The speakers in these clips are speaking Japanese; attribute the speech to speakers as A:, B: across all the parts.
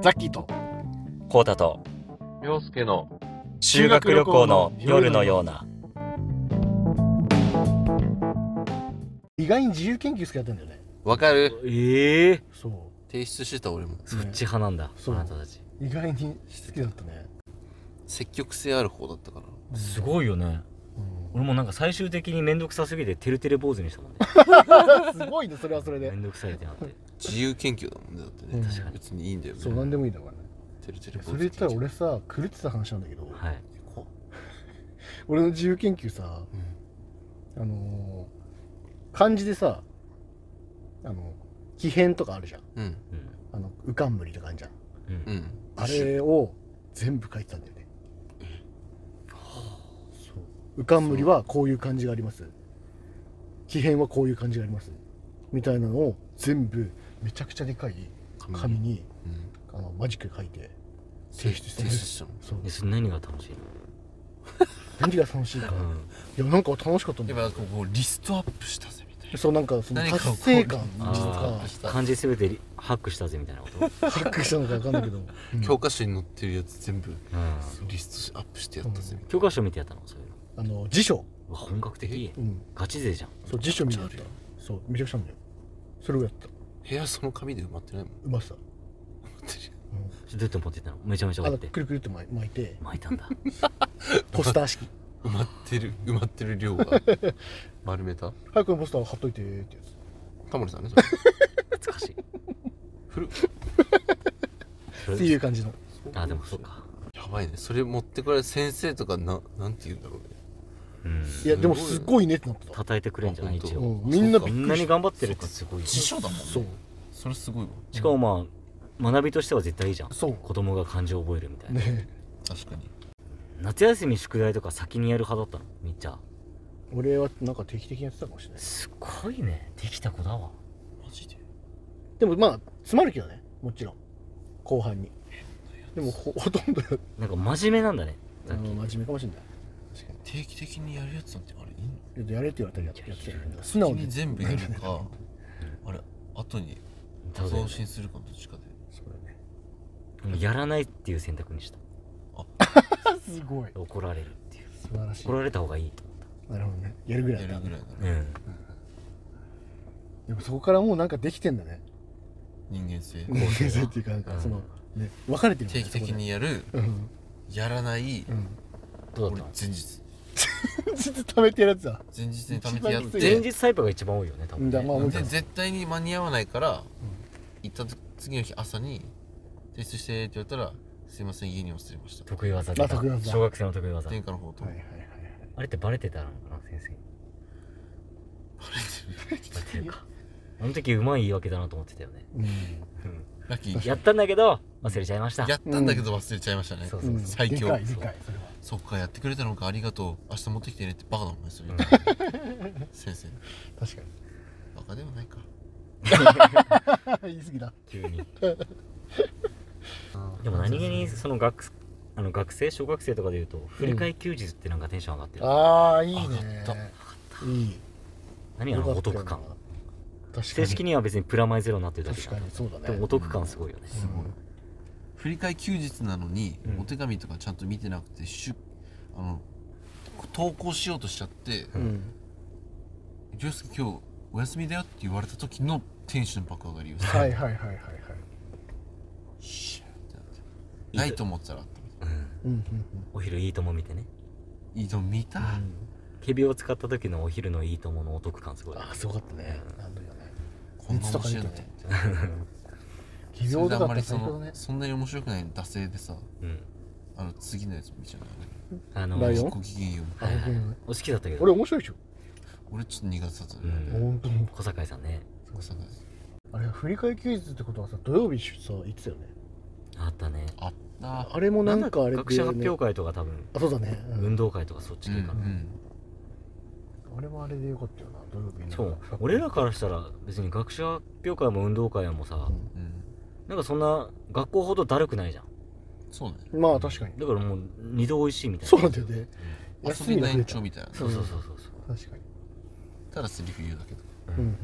A: ザッキーと
B: コータと
C: 洋介の
B: 修学旅行の夜のような
A: 意外に自由研究好きだったんだよね
C: わかる
B: ええ
A: そ
C: 提出してた俺も
B: そっち派なんだあ
A: そう
B: なたたち
A: う意外に好きだったね、
C: 積極性ある方だったから
B: すごいよね俺もなんか最終的に面倒くさすぎててるてる坊主にしたもんね
A: うんすごいねそれはそれで
B: 面倒くさいってなって
C: 自由研究だもんねだって
A: うん
C: ね
B: 確かに
C: 別にいいんだよね
A: そうなんでもいいんだからね
C: てるて
A: い
C: る
A: やそれ言ったら俺さ狂ってた話なんだけど、
B: はい
C: こ
A: 俺の自由研究さ
C: う、うん
A: あのー漢字でさあの奇変とかあるじゃん
C: うん
B: うん
A: あの浮かんむりとかあるじゃん
B: うん
C: うん
A: あれを全部書いてたんだよねそう浮かんむりはこういう漢字があります奇変はこういう漢字がありますみたいなのを全部めちゃくちゃでかい紙
C: に
A: にあのマジックで書いて提
C: 提
A: 出
C: 出し
A: したた
C: 提出したの
A: そう
B: えそれ何が楽しいの
A: 何が楽しいか
B: うん
A: いやなんか楽しかったんだ
C: や
A: よ
C: っぱなんかこうリストアップしたぜみたいな
A: そうなんかその
C: 何かをこう
A: 達成感とか
B: あ
C: ー
B: あ漢字すべてハックしたぜみたいなこと、
A: ハックしたのかわかんないけど、うん
C: 教科書に載ってるやつ全部
B: うん、
C: リストアップしてやったぜみたい
B: 教科書見てやったのそういうの
A: あの辞書、
B: うわ本格的
A: うん、
B: ガチ勢じゃん
A: そう辞書見てやった
C: めっちゃ
A: そうめちゃくちゃあるんだよそれをやったう
C: な部屋その紙で埋まってないもん
A: まさ、
C: 埋まってる
A: う
B: それどうやって持ってったのめちゃめちゃ
A: ん、あ
B: 折っ
A: の
B: て
A: くるくるって巻い巻いて
B: 巻いたんだ
A: ポスター式
C: 埋まってる 埋まって る量が丸めた
A: 早くこのポスター貼っといてってやつ
C: タモリさ んねそれ
B: 懐かしい
C: 古
B: そ
A: ってい
B: れ
A: う感じの
B: あでもそうか
C: やばいねそれ持ってこられ先生とかななんて言うんだろうね
B: うん
A: いやでもすごいねってなってた、
B: 叩いてくれんじゃない
C: あ本
B: 一
C: 当
B: 応
A: うん、みんな
C: そう
B: み
A: びっ
B: ん
A: く
B: な
A: り
B: に
A: した
B: 頑張ってるってすごい
C: 辞
B: し
C: 書だもんね
A: そう
C: それすごいわ
B: かもまあ学びとしては絶対いいじゃん
A: そう
B: 子供が漢字を覚えるみたいな
A: ね
C: 確かに
B: 夏休み宿題とか先にやる派だったのみっちゃん
A: 俺はなんか定期的にやってたかもしれない
B: すごいねできた子だわ
C: マジで
A: でもまあ詰まるけどねもちろん後半にでもほ ほとんどやっ
B: なんか真面目なんだね
A: あの真面目かもしれない
C: 確かに定期的にやるやつなんてあれいいの
A: ちょっとやれって言われたらやってやってたけど素
C: 先
A: 直
C: に
A: に
C: 全部やる かあれ後に
B: 多分
C: 増進するかのどっちかで
A: そうだね
B: もうやらないっていう選択にした
A: あすごい
B: 怒られるっていう
A: 素晴らしい
B: 怒られた方がいいと思
A: な
B: っ
A: るほどねやるぐら
C: や
A: い
C: る
A: だ
C: ぐらいな
B: た
C: ら
B: うん
A: でもそこからもうなんかできてんだね
C: 人間性
A: 人間性っていうかなんかそのね分かれてるもん
C: 定
A: ね
C: 期的にやる
A: そこでうん
C: やらない
A: うん
B: どうだ
C: 俺
B: ったの
C: 前日
A: ずっと貯めてるやつだ
C: 前日に貯めてやっ
A: 一番きつい
B: 前
C: て
B: 日サイパーが一番多いよね多分ね
A: うんだまあ
C: で絶対に間に合わないから行った次の日朝に提出してって言われたらすいません家に忘れました
B: 得意技出
A: あ
B: た
A: 得意技
B: 小学生の得意技
C: 天下の方と
A: はいはい
C: バレ
A: はい
B: あれってバレてたのかな先生にバ
C: てる
B: レてるか あの時うまい言い訳だなと思ってたよね
A: うん
C: ラッキー
B: やったんだけど忘れちゃいました
C: やったんだけど忘れちゃいましたね
B: そう
A: うん
C: 最強
A: でかいでかいそれは
C: そっかやってくれたのかありがとう明日持ってきてねってバカだもんねそれ先生
A: 確か
C: バカではないか
A: に言い過ぎだ
B: 急に でも何気にその学あの学生小学生とかでいうと振り替え休日ってなんかテンション上がってる、
A: ああいいね
C: 上がっ
A: いい
B: 何あのお得感
A: よかったよな確か
B: 正
A: に
B: 式には別にプラマイゼロになってるだけ
A: 確
B: じゃ
A: か
B: ん
A: にそうだね
B: でもお得感すごいよね、
A: すごい
C: 振り替え休日なのに、
B: うん
C: お手紙とかちゃんと見てなくてしゅあの投稿しようとしちゃって
A: うん
C: 「凌介今日お休みだよ」って言われた時のテンション爆上がりをさ
A: はいはいはいはいはい
C: シューってなってないと思ってたら
A: うんうん
B: お昼いいとも見てね
C: いいと見た、
B: ケビを使った時のお昼のいいとものお得感すごい
A: ああすごかったねなんだよね
C: こんな面白いの
A: 熱
C: ね
A: 企
C: それ
A: 業
C: で
A: と
C: あ
A: かった
C: んま
A: ら
C: りそ
A: 最強だ
C: の
A: ね
C: そんなに面白くない惰性でさ
B: うん
C: あの次のやつ見ちゃうのよね
B: あの
A: ライオン
C: ご機嫌よう
B: はいはいお好きだったけど
A: 俺面白いでしょ
C: 俺ちょっと苦手だった
B: う
C: ね
B: ん
A: 本当
B: 小坂井さんね
C: お酒
A: あれ振り替え休日ってことはさ土曜日さ行ってたよね
B: あったね
C: あった
A: あれもなんかあれ
B: 学者発
A: でね
B: 表会とか多分
A: あそうだね、うん
B: 運動会とかそっち
C: う
B: 系
C: ん
B: かな、
A: あれもあれでよかったよな土曜日に
B: しかも俺らからしたら別に学者発表会も運動会もさ、
A: うん
C: うんうん
B: なんかそんな学校ほどだるくないじゃん
C: そうね
A: まあ確かに
B: だからもう二度おいしいみたいな
A: そうなんだよね
C: 遊
A: 休
C: び
A: みが
C: の
A: 増え
C: 延
A: た
C: 長みたいなね
B: そうそうそうそうそう
A: 確かに
C: ただセリフ言うだけとか
A: うんうんうん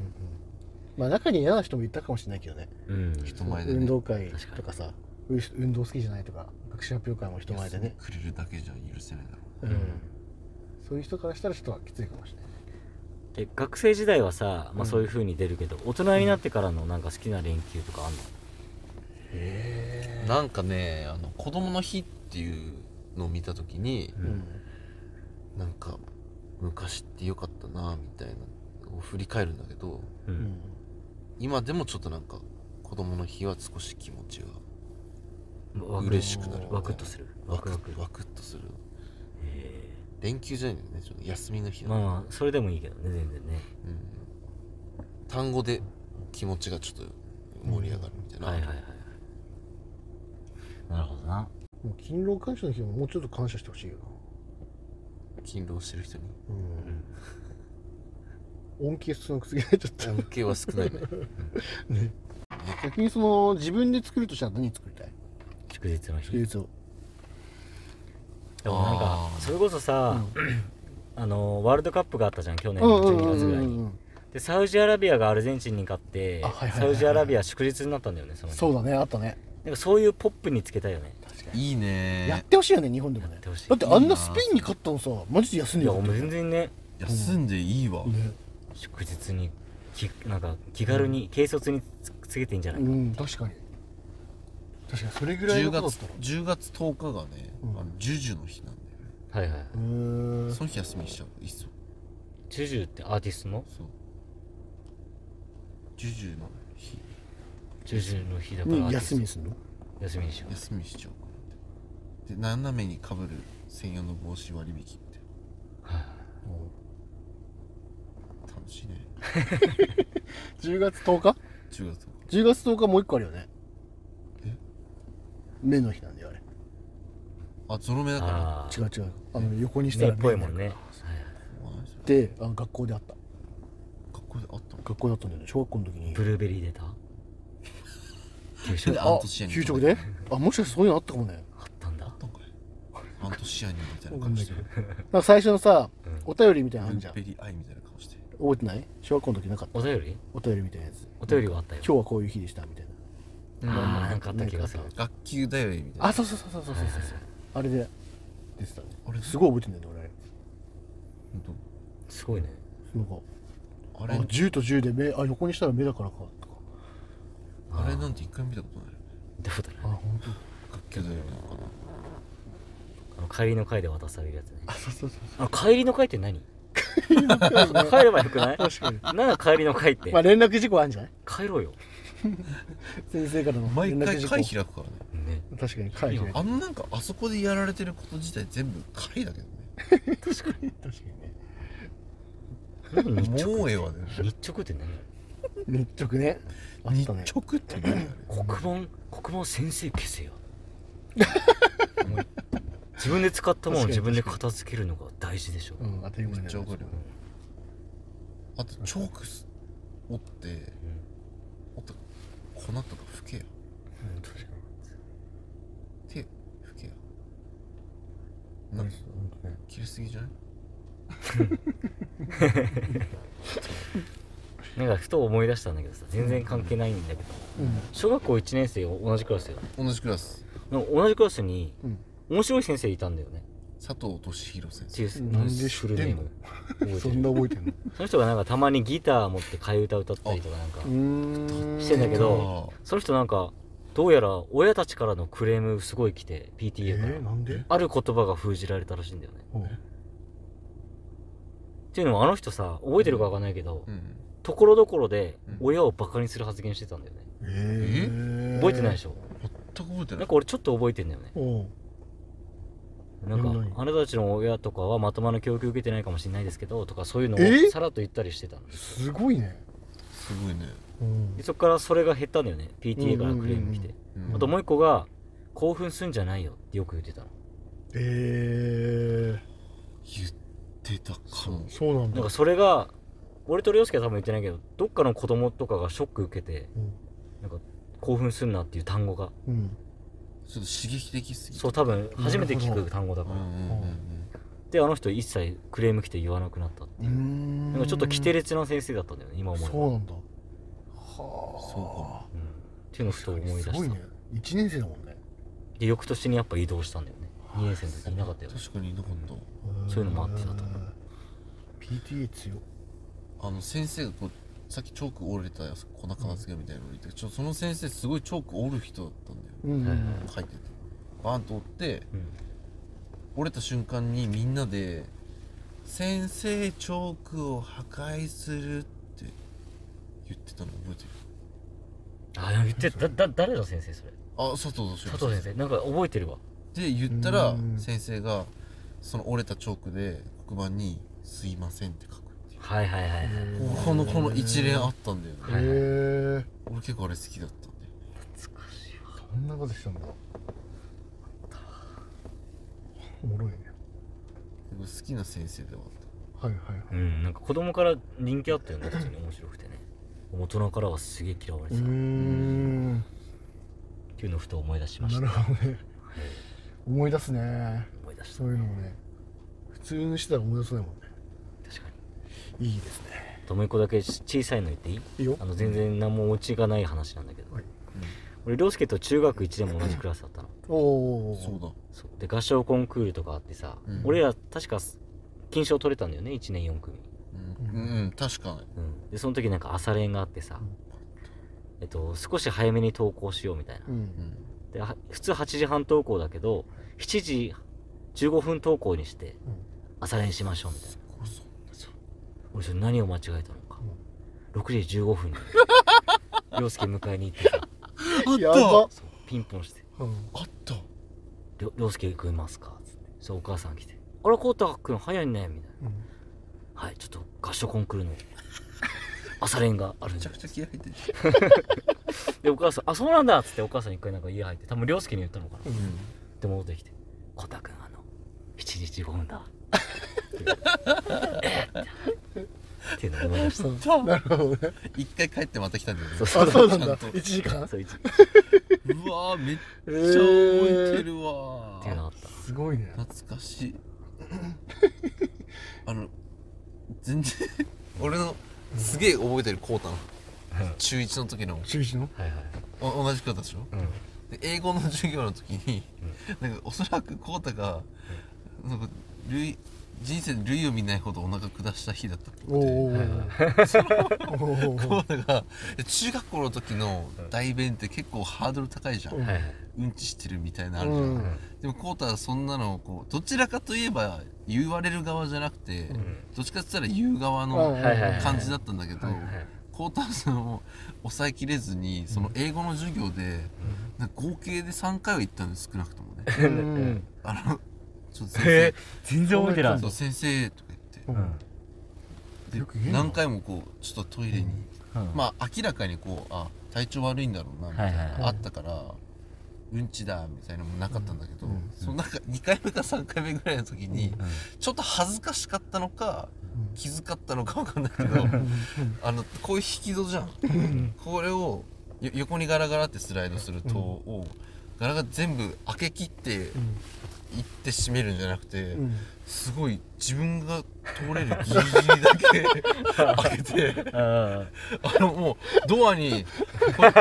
A: まあ中に嫌な人もいたかもしれないけどね
B: うん、
C: 人前でね
A: 運動会とかさういう人運動好きじゃないとか学習発表会も人前でね、
C: くれるだけじゃ許せないだろ
A: うんそういう人からしたらちょっときついかもしれない
B: で学生時代はさ、ま
A: うん
B: あ、そういう風に出るけど、大人になってからのなんか好きな連休とかあんの、
A: へ
C: うなんかねあの子供の日っていうのを見た時に
A: うん
C: なんか昔って良かったなみたいなのを振り返るんだけど
B: う
A: うんん
C: 今でもちょっとなんか子供の日は少し気持ちが
B: わく
C: 嬉しくなる
B: ワクッとする
C: ワク
B: ワクワク
C: ワクッとする
B: へ
C: 連休じゃないんだよねちょっと休みの日
B: え
C: だ
B: まあまあそれでもいいけどね全然ね
C: うん、単語で気持ちがちょっと盛り上がるみたいな、
B: はいはいはいなるほどな
A: もう勤労感謝の日ももうちょっと感謝してほしいよ
C: 勤労してる人に
A: なうん恩恵少なくすぎないちょっと
C: 恩恵は少ないね
A: 逆にその自分で作るとしたら何作りたい
B: 祝日の
A: 祝
B: 日
A: 日を
B: でもなんか
C: あー
B: それこそさ、あのワールドカップがあったじゃん去年
A: うん
B: の
A: うんうん
B: 12月
A: う
B: ぐらいに、
A: んうん
B: でサウジアラビアがアルゼンチンに勝って、
A: あはいはいはいはい
B: サウジアラビア祝日になったんだよねその日
A: そうだねあったね
B: なんかそういうポップにつけたいよね
A: 確か
C: いい
A: やっ
C: ね
A: てほしいよね日本でも
B: や
A: ね
B: ってほしい
A: だってあんなスペインに勝ったのさマジで休ん
B: い
A: で
B: や
A: よ
B: お前全然ね
C: 休んでいいわ、
A: ね
B: 祝日にきなんか気軽に、軽率につつけていいんじゃない、
A: うん確かに確かにそれぐらい
C: 10
A: のことだっ
C: 月
A: たら
C: 10月10日がね、
A: うん
C: あのジュジュの日なんだよね
B: はいはい
A: へー
C: その日休みにしちゃういっそ
B: ジュジュってアーティストの
C: そうジュジュの日
B: ジュジュの日だからアー
A: に
B: ティス
A: 休
B: ト
A: みにするの
B: 休みにしよう
C: 休みにしちゃおうかなってで斜めにかぶる専用の帽子割引って
B: はいはい
C: 楽しいね
A: 10月10日
C: 10月10日
A: ?10 月10日もう一個あるよね
C: え
A: 目の日なんだよあれ
C: あゾロ目だから
B: ああ
A: 違う違うあの横にした
B: 目っ
A: ら
B: ぽいもんね、
A: 目
B: は
A: に
B: い
A: なる
C: お前それ
A: であの学校であった
C: 学校であったの
A: 学校だったんだよね小学校の時に
B: ブルーベリー 出た給食
C: それで
B: あ
C: ア
A: あ
C: ントシアニン
A: 給食であもしかしてそういうのあったかもね
B: ったんだ
C: あったんかいアントシアニンみたいな顔して
A: わなんか最初のさ
B: うん
A: お便りみたいな
C: ブ
A: のある
C: ル
A: じゃ
C: ー
A: ん
C: ベリーアイみたいな顔して
A: 覚えてない小学校の時なかった
B: お便り
A: お便りみたいなやつ
B: お便りはあったよ
A: 今日はこういう日でしたみたいな
B: あ
A: う
B: あなんかあった気がする
C: 学級だよりみたいな
A: あそうそうそうそうそうそうそうあれで出てたね
C: あれ
A: すごい覚えてんだよね
C: ほんと
B: すごいね
A: 俺なんか
C: あ
A: あ
C: れ
A: 10と10で目あ横にしたら目だからかとか
C: あれなんて一回も見たことない
B: どうだ
A: あ
B: ろう
A: 本当。
C: 学級だよりなのかな
B: あの帰りの会で渡されるやつね
A: あそうそうそう
B: あ帰りの会って何帰ればよ くない
A: 確かに
B: なんか帰りの会って
A: まあ連絡事項あるんじゃない
B: 帰ろうよ
A: 先生からの
C: 毎
A: 連絡
C: 回
A: 事項
C: 会開くからね
B: ね
A: 確かに会開いて
C: あのなんかあそこでやられてること自体全部会だけど
A: 確かにね
B: 何日
C: ね
B: 直
C: もうええわね
B: 日直って何
A: 日直ねあっ
C: 日
A: たね
C: 直って何あれ
B: 黒板黒板先生 消せよもう自分で使ったものを自分で片付けるのが大事でしょ
A: うん当たり前
C: めっ
A: だ
C: ちゃ
A: よ
C: わか
A: ね
C: るよあとチョークス折って折った粉とか拭けよ
A: うん確か
C: 手拭けよ
A: に
C: な
A: なんかね
C: 切れすぎじゃない
B: なんかふと思い出したんだけどさ全然関係ないんだけど
A: うん
B: 小学校1年生同じクラスよ
C: 同じクラス
B: なんか同じクラスに
A: うん
B: 面白い先生いたんだよね
C: 佐藤俊弘先
B: ってい
C: 生
B: う
A: なんで知
B: フ
A: ってんの
B: ルネーム覚えてる
A: そんな覚えてんの
B: その人がなんかたまにギター持って替え歌歌ったりとかなんか
A: ーん
B: してんだけど
C: あ
B: その人なんかどうやら親たちからのクレームすごい来て
A: え
B: PTA から、
A: ー、なんで
B: ある言葉が封じられたらしいんだよね
A: うん
B: っていうのもあの人さ覚えてるかわかんないけど
C: ーうん
B: ところどころで
C: うん
B: 親をバカにする発言してたんだよね
A: えー
B: 覚えてないでしょ
C: 全く覚えて
B: な
C: なんい
B: か俺ちょっと覚えてんだよね
A: うん
B: なんか
A: 何
B: あなたたちの親とかはまともな教育受けてないかもしれないですけどとかそういうの
A: え
B: をさらっと言ったりしてたの
A: すごいね
C: すごいね
A: うん
B: でそこからそれが減ったんだよね PTA からクレーム来
A: うんうんうん
B: て
C: うん
B: あともう一個が興奮すんじゃないよってよく言ってたの
A: え
C: 言ってたかも
A: ー、そうなんだ
B: なんかそれが俺と凌介は多分言ってないけどどっかの子供とかがショック受けてなんか興奮すんなっていう単語が
A: うん、うん、
C: ちょっと刺激的すぎ
B: そう多分初めて聞く単語だ
C: うん
B: か
C: うん
B: ら
C: うんうん
B: であの人一切クレーム来て言わなくなったっていうなんかちょっと規定列な先生だったんだよね今思えば
A: そううんな
B: っ
A: んだはあ
C: そうかも
B: ていうのをふと思い出
A: す
B: し
A: ごい
B: た
A: ね1年生だもんね
B: で翌年にやっぱ移動したんだよね2年生の時いなかったよね
C: 確かにいなかった、
B: そういうのもあってだと思
A: PTA 強
C: あの先生がこうさっきチョーク折れたやつ粉片付けみたいなのに言ってちょその先生すごいチョーク折る人だったんだよ
A: うん、
B: はいはい
C: 書いててバーンと折って
B: うん
C: 折れた瞬間にみんなで「先生チョークを破壊する」って言ってたの覚えてる
B: あでも言ってただだ誰の先生それ
C: あ佐藤だ
B: 佐藤先生なんか覚えてるわ
C: で言ったら
A: うん
C: 先生がその折れたチョークで黒板に「すいません」って書くってい
B: はいはいはいはいう
C: ここのこの一連あったんだよね
B: はいはい
A: へえ
C: 俺結構あれ好きだったんだよ
B: 懐かしいわ
A: そんなことしたんだおもろいね
C: 僕好きな先生ではあった
A: はいはいはい
B: うんなんか子供から人気あったよね普通に面白くてね大人からはすげえ嫌われ
A: う
B: て
A: ー
B: た、っ
A: ん
B: ていうのをふと思い出しまし
A: な
B: た
A: るほどね思い出すね
B: 思い出した
A: そういうのもね普通にしてたら思い出せないもんね
B: 確かに
A: いいですね
B: ともいこだけ小さいの言っていい
A: いいよ
B: あの全然何もお家がない話なんだけど、
A: はい
B: 俺涼介と中学1年も同じクラスだったの
A: おお
C: そうだ
B: そうで合唱コンクールとかあってさ、
C: うん
B: 俺ら確か金賞取れたんだよね1年4組、
C: うん、うんうん、確かに
B: うん、でその時なんか朝練があってさ、
A: うん
B: えっと、少し早めに登校しようみたいな、
A: う
C: うんん
B: では普通8時半登校だけど7時15分登校にし
A: う
B: て
A: ん
B: 朝練しましょうみたいな
C: これそう
B: 俺それ何を間違えたのか、6時15分に涼介迎えに行ってさ
C: あ
A: やば
B: そうピンポンして
A: うん
C: あった
B: 「りょ涼介行きますか」つってそうお母さん来て「あらこうたくん早いね」みたいな
A: うん
B: 「はいちょっと合唱コンクールの朝練があるん
C: めち
B: で
C: ゃくちゃ気合入ってる
B: でお母さん「あそうなんだ」っつってお母さん一回なんか家入って多分涼介に言ったのかな
C: うん
B: で戻ってきて「コタくんあの7時15分だ」っていうのを思い出した
A: そうなるほどね
C: 一回帰ってまた来たんだよね
B: そうそう
A: あそうなん
C: ちゃ
A: だ
C: んと
A: 1時 間
B: そう一時っ
C: うわーめっちゃ
A: え
C: 覚えて
A: ー
C: るわ
B: ていうのがあ
C: ー
B: った
A: すごいね
C: 懐かしい あの全然俺のすげえ覚えてるコータの中1の時の
A: 中止の
B: はいはい
C: お同じ方でしょ
B: うん
C: で英語の授業の時に、なんかおそらくコータが、なんか類人生で類を見ないほどお腹下した日だったっぽくて
A: おお
B: はいは
A: おー
C: コータが中学校の時の代弁って結構ハードル高いじゃん、
A: う
C: うんん、
B: はいはい
C: ちしてるみたいなのあるじゃん、
A: うん
C: でもコータはそんなのをこうどちらかといえば言われる側じゃなくて、
B: ん
C: どっちかって言ったら言う側
A: うん
C: の
B: はいはい
C: 感じだったんだけど、
A: はい
B: はい
C: コータさんを抑えきれずにその英語の授業で、なんか合計で3回は行ったんです少なくともね
A: うん
C: あのちょっと先
B: へ
C: 生
B: え全然覚えてない
C: そう先生とか
A: う
C: 言
A: ん
B: うん
C: って
A: よく言
C: で
A: うな
C: 何回もこうちょっとトイレに、
B: うん
C: まあ明らかにこうあ体調悪いんだろうなみたいな、
B: はいはいはい
C: あったからうんちだみたいなのもなかったんだけど、
A: うんうん
C: そのなんか2回目か3回目ぐらいの時に、
B: うん
C: ちょっと恥ずかしかったのか
A: うん
C: 気づかったのかわかんないけど あのこういう引き戸じゃんこれをよ横にガラガラってスライドするとを、ガラガラ全部開け切っていって閉めるんじゃなくて、
A: うんうん
C: すごい自分が通れるギリギリだけ開けて
B: あ
C: あのもうドアにこうやって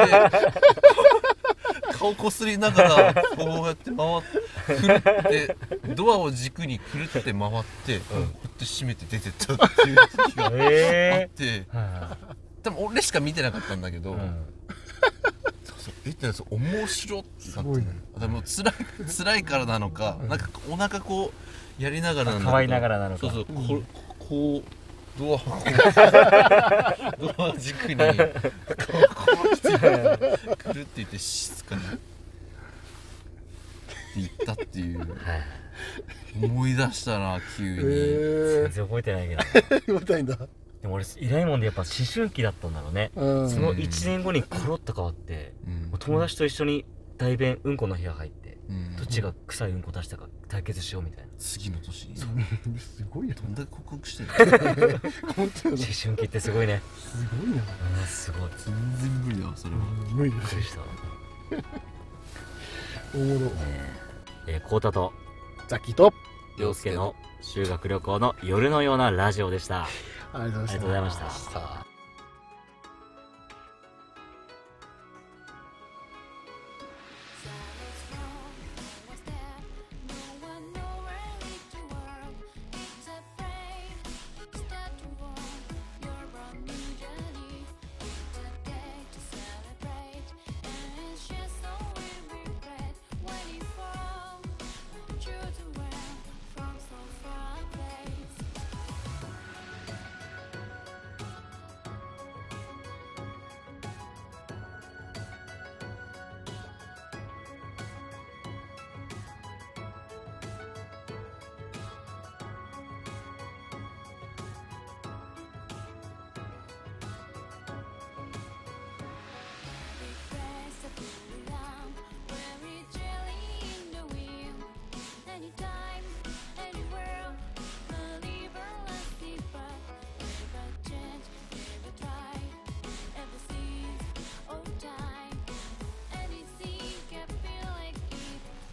C: 顔こすりながらこうやって回って狂ってドアを軸に狂って回って、こうやって閉めて出てったっていう時が
B: あ
C: あっ
B: え
C: て
B: えは
C: 多分俺しか見てなかったんだけ
B: い
C: ど、
B: うん
C: そうそうえってなそう面白ってな
A: す
C: っ
A: ごい
C: て、
A: ね
C: あでも辛い辛いからなのか、なんかお腹こうやりながらなんだけど
B: 可愛いながらなのか
C: そうそう、ここうドアをこ うドア軸に顔をこうしてくるって言って静かにって言ったっていう
B: はい
C: 思い出したな急に、
A: え
B: 全然覚えてないけど
A: ーまたいんだ
B: でも俺偉いもんでやっぱ思春期だったんだろうね
A: うん
B: その1年後にコロッと変わって
C: うん
B: もう友達と一緒に代弁うんこの部屋入って
C: うん
B: どっちが臭いうんこ出したか対決しようみたいな
C: 次の年にど
A: すごいよ
C: んだけ克服してる 全
A: 本当よ
B: 思
A: ね
B: 春期ってすごいね
A: すごいな
B: うんすごいびっ
C: 然無理だわそれは
A: 無理だ
B: くりした
A: おもろ
B: えー、コータと
A: ザキと
B: 涼介の修学旅行の夜のようなラジオでしたあ
A: ありがとうございま
B: り
A: し
B: が
A: た
B: とうございました
D: 「oh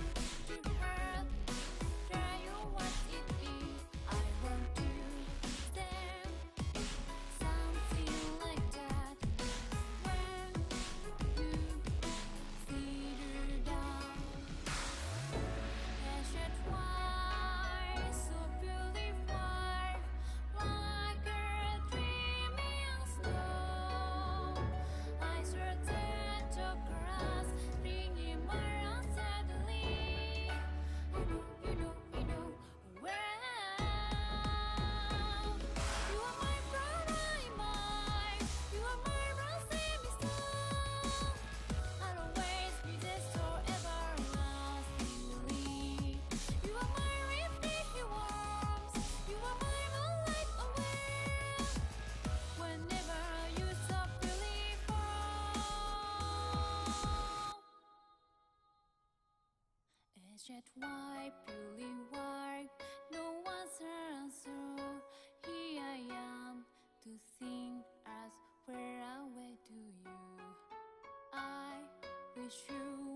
D: oh. jet wipe, really wipe, no one's answer. Here I am to think as where I went to you. I wish you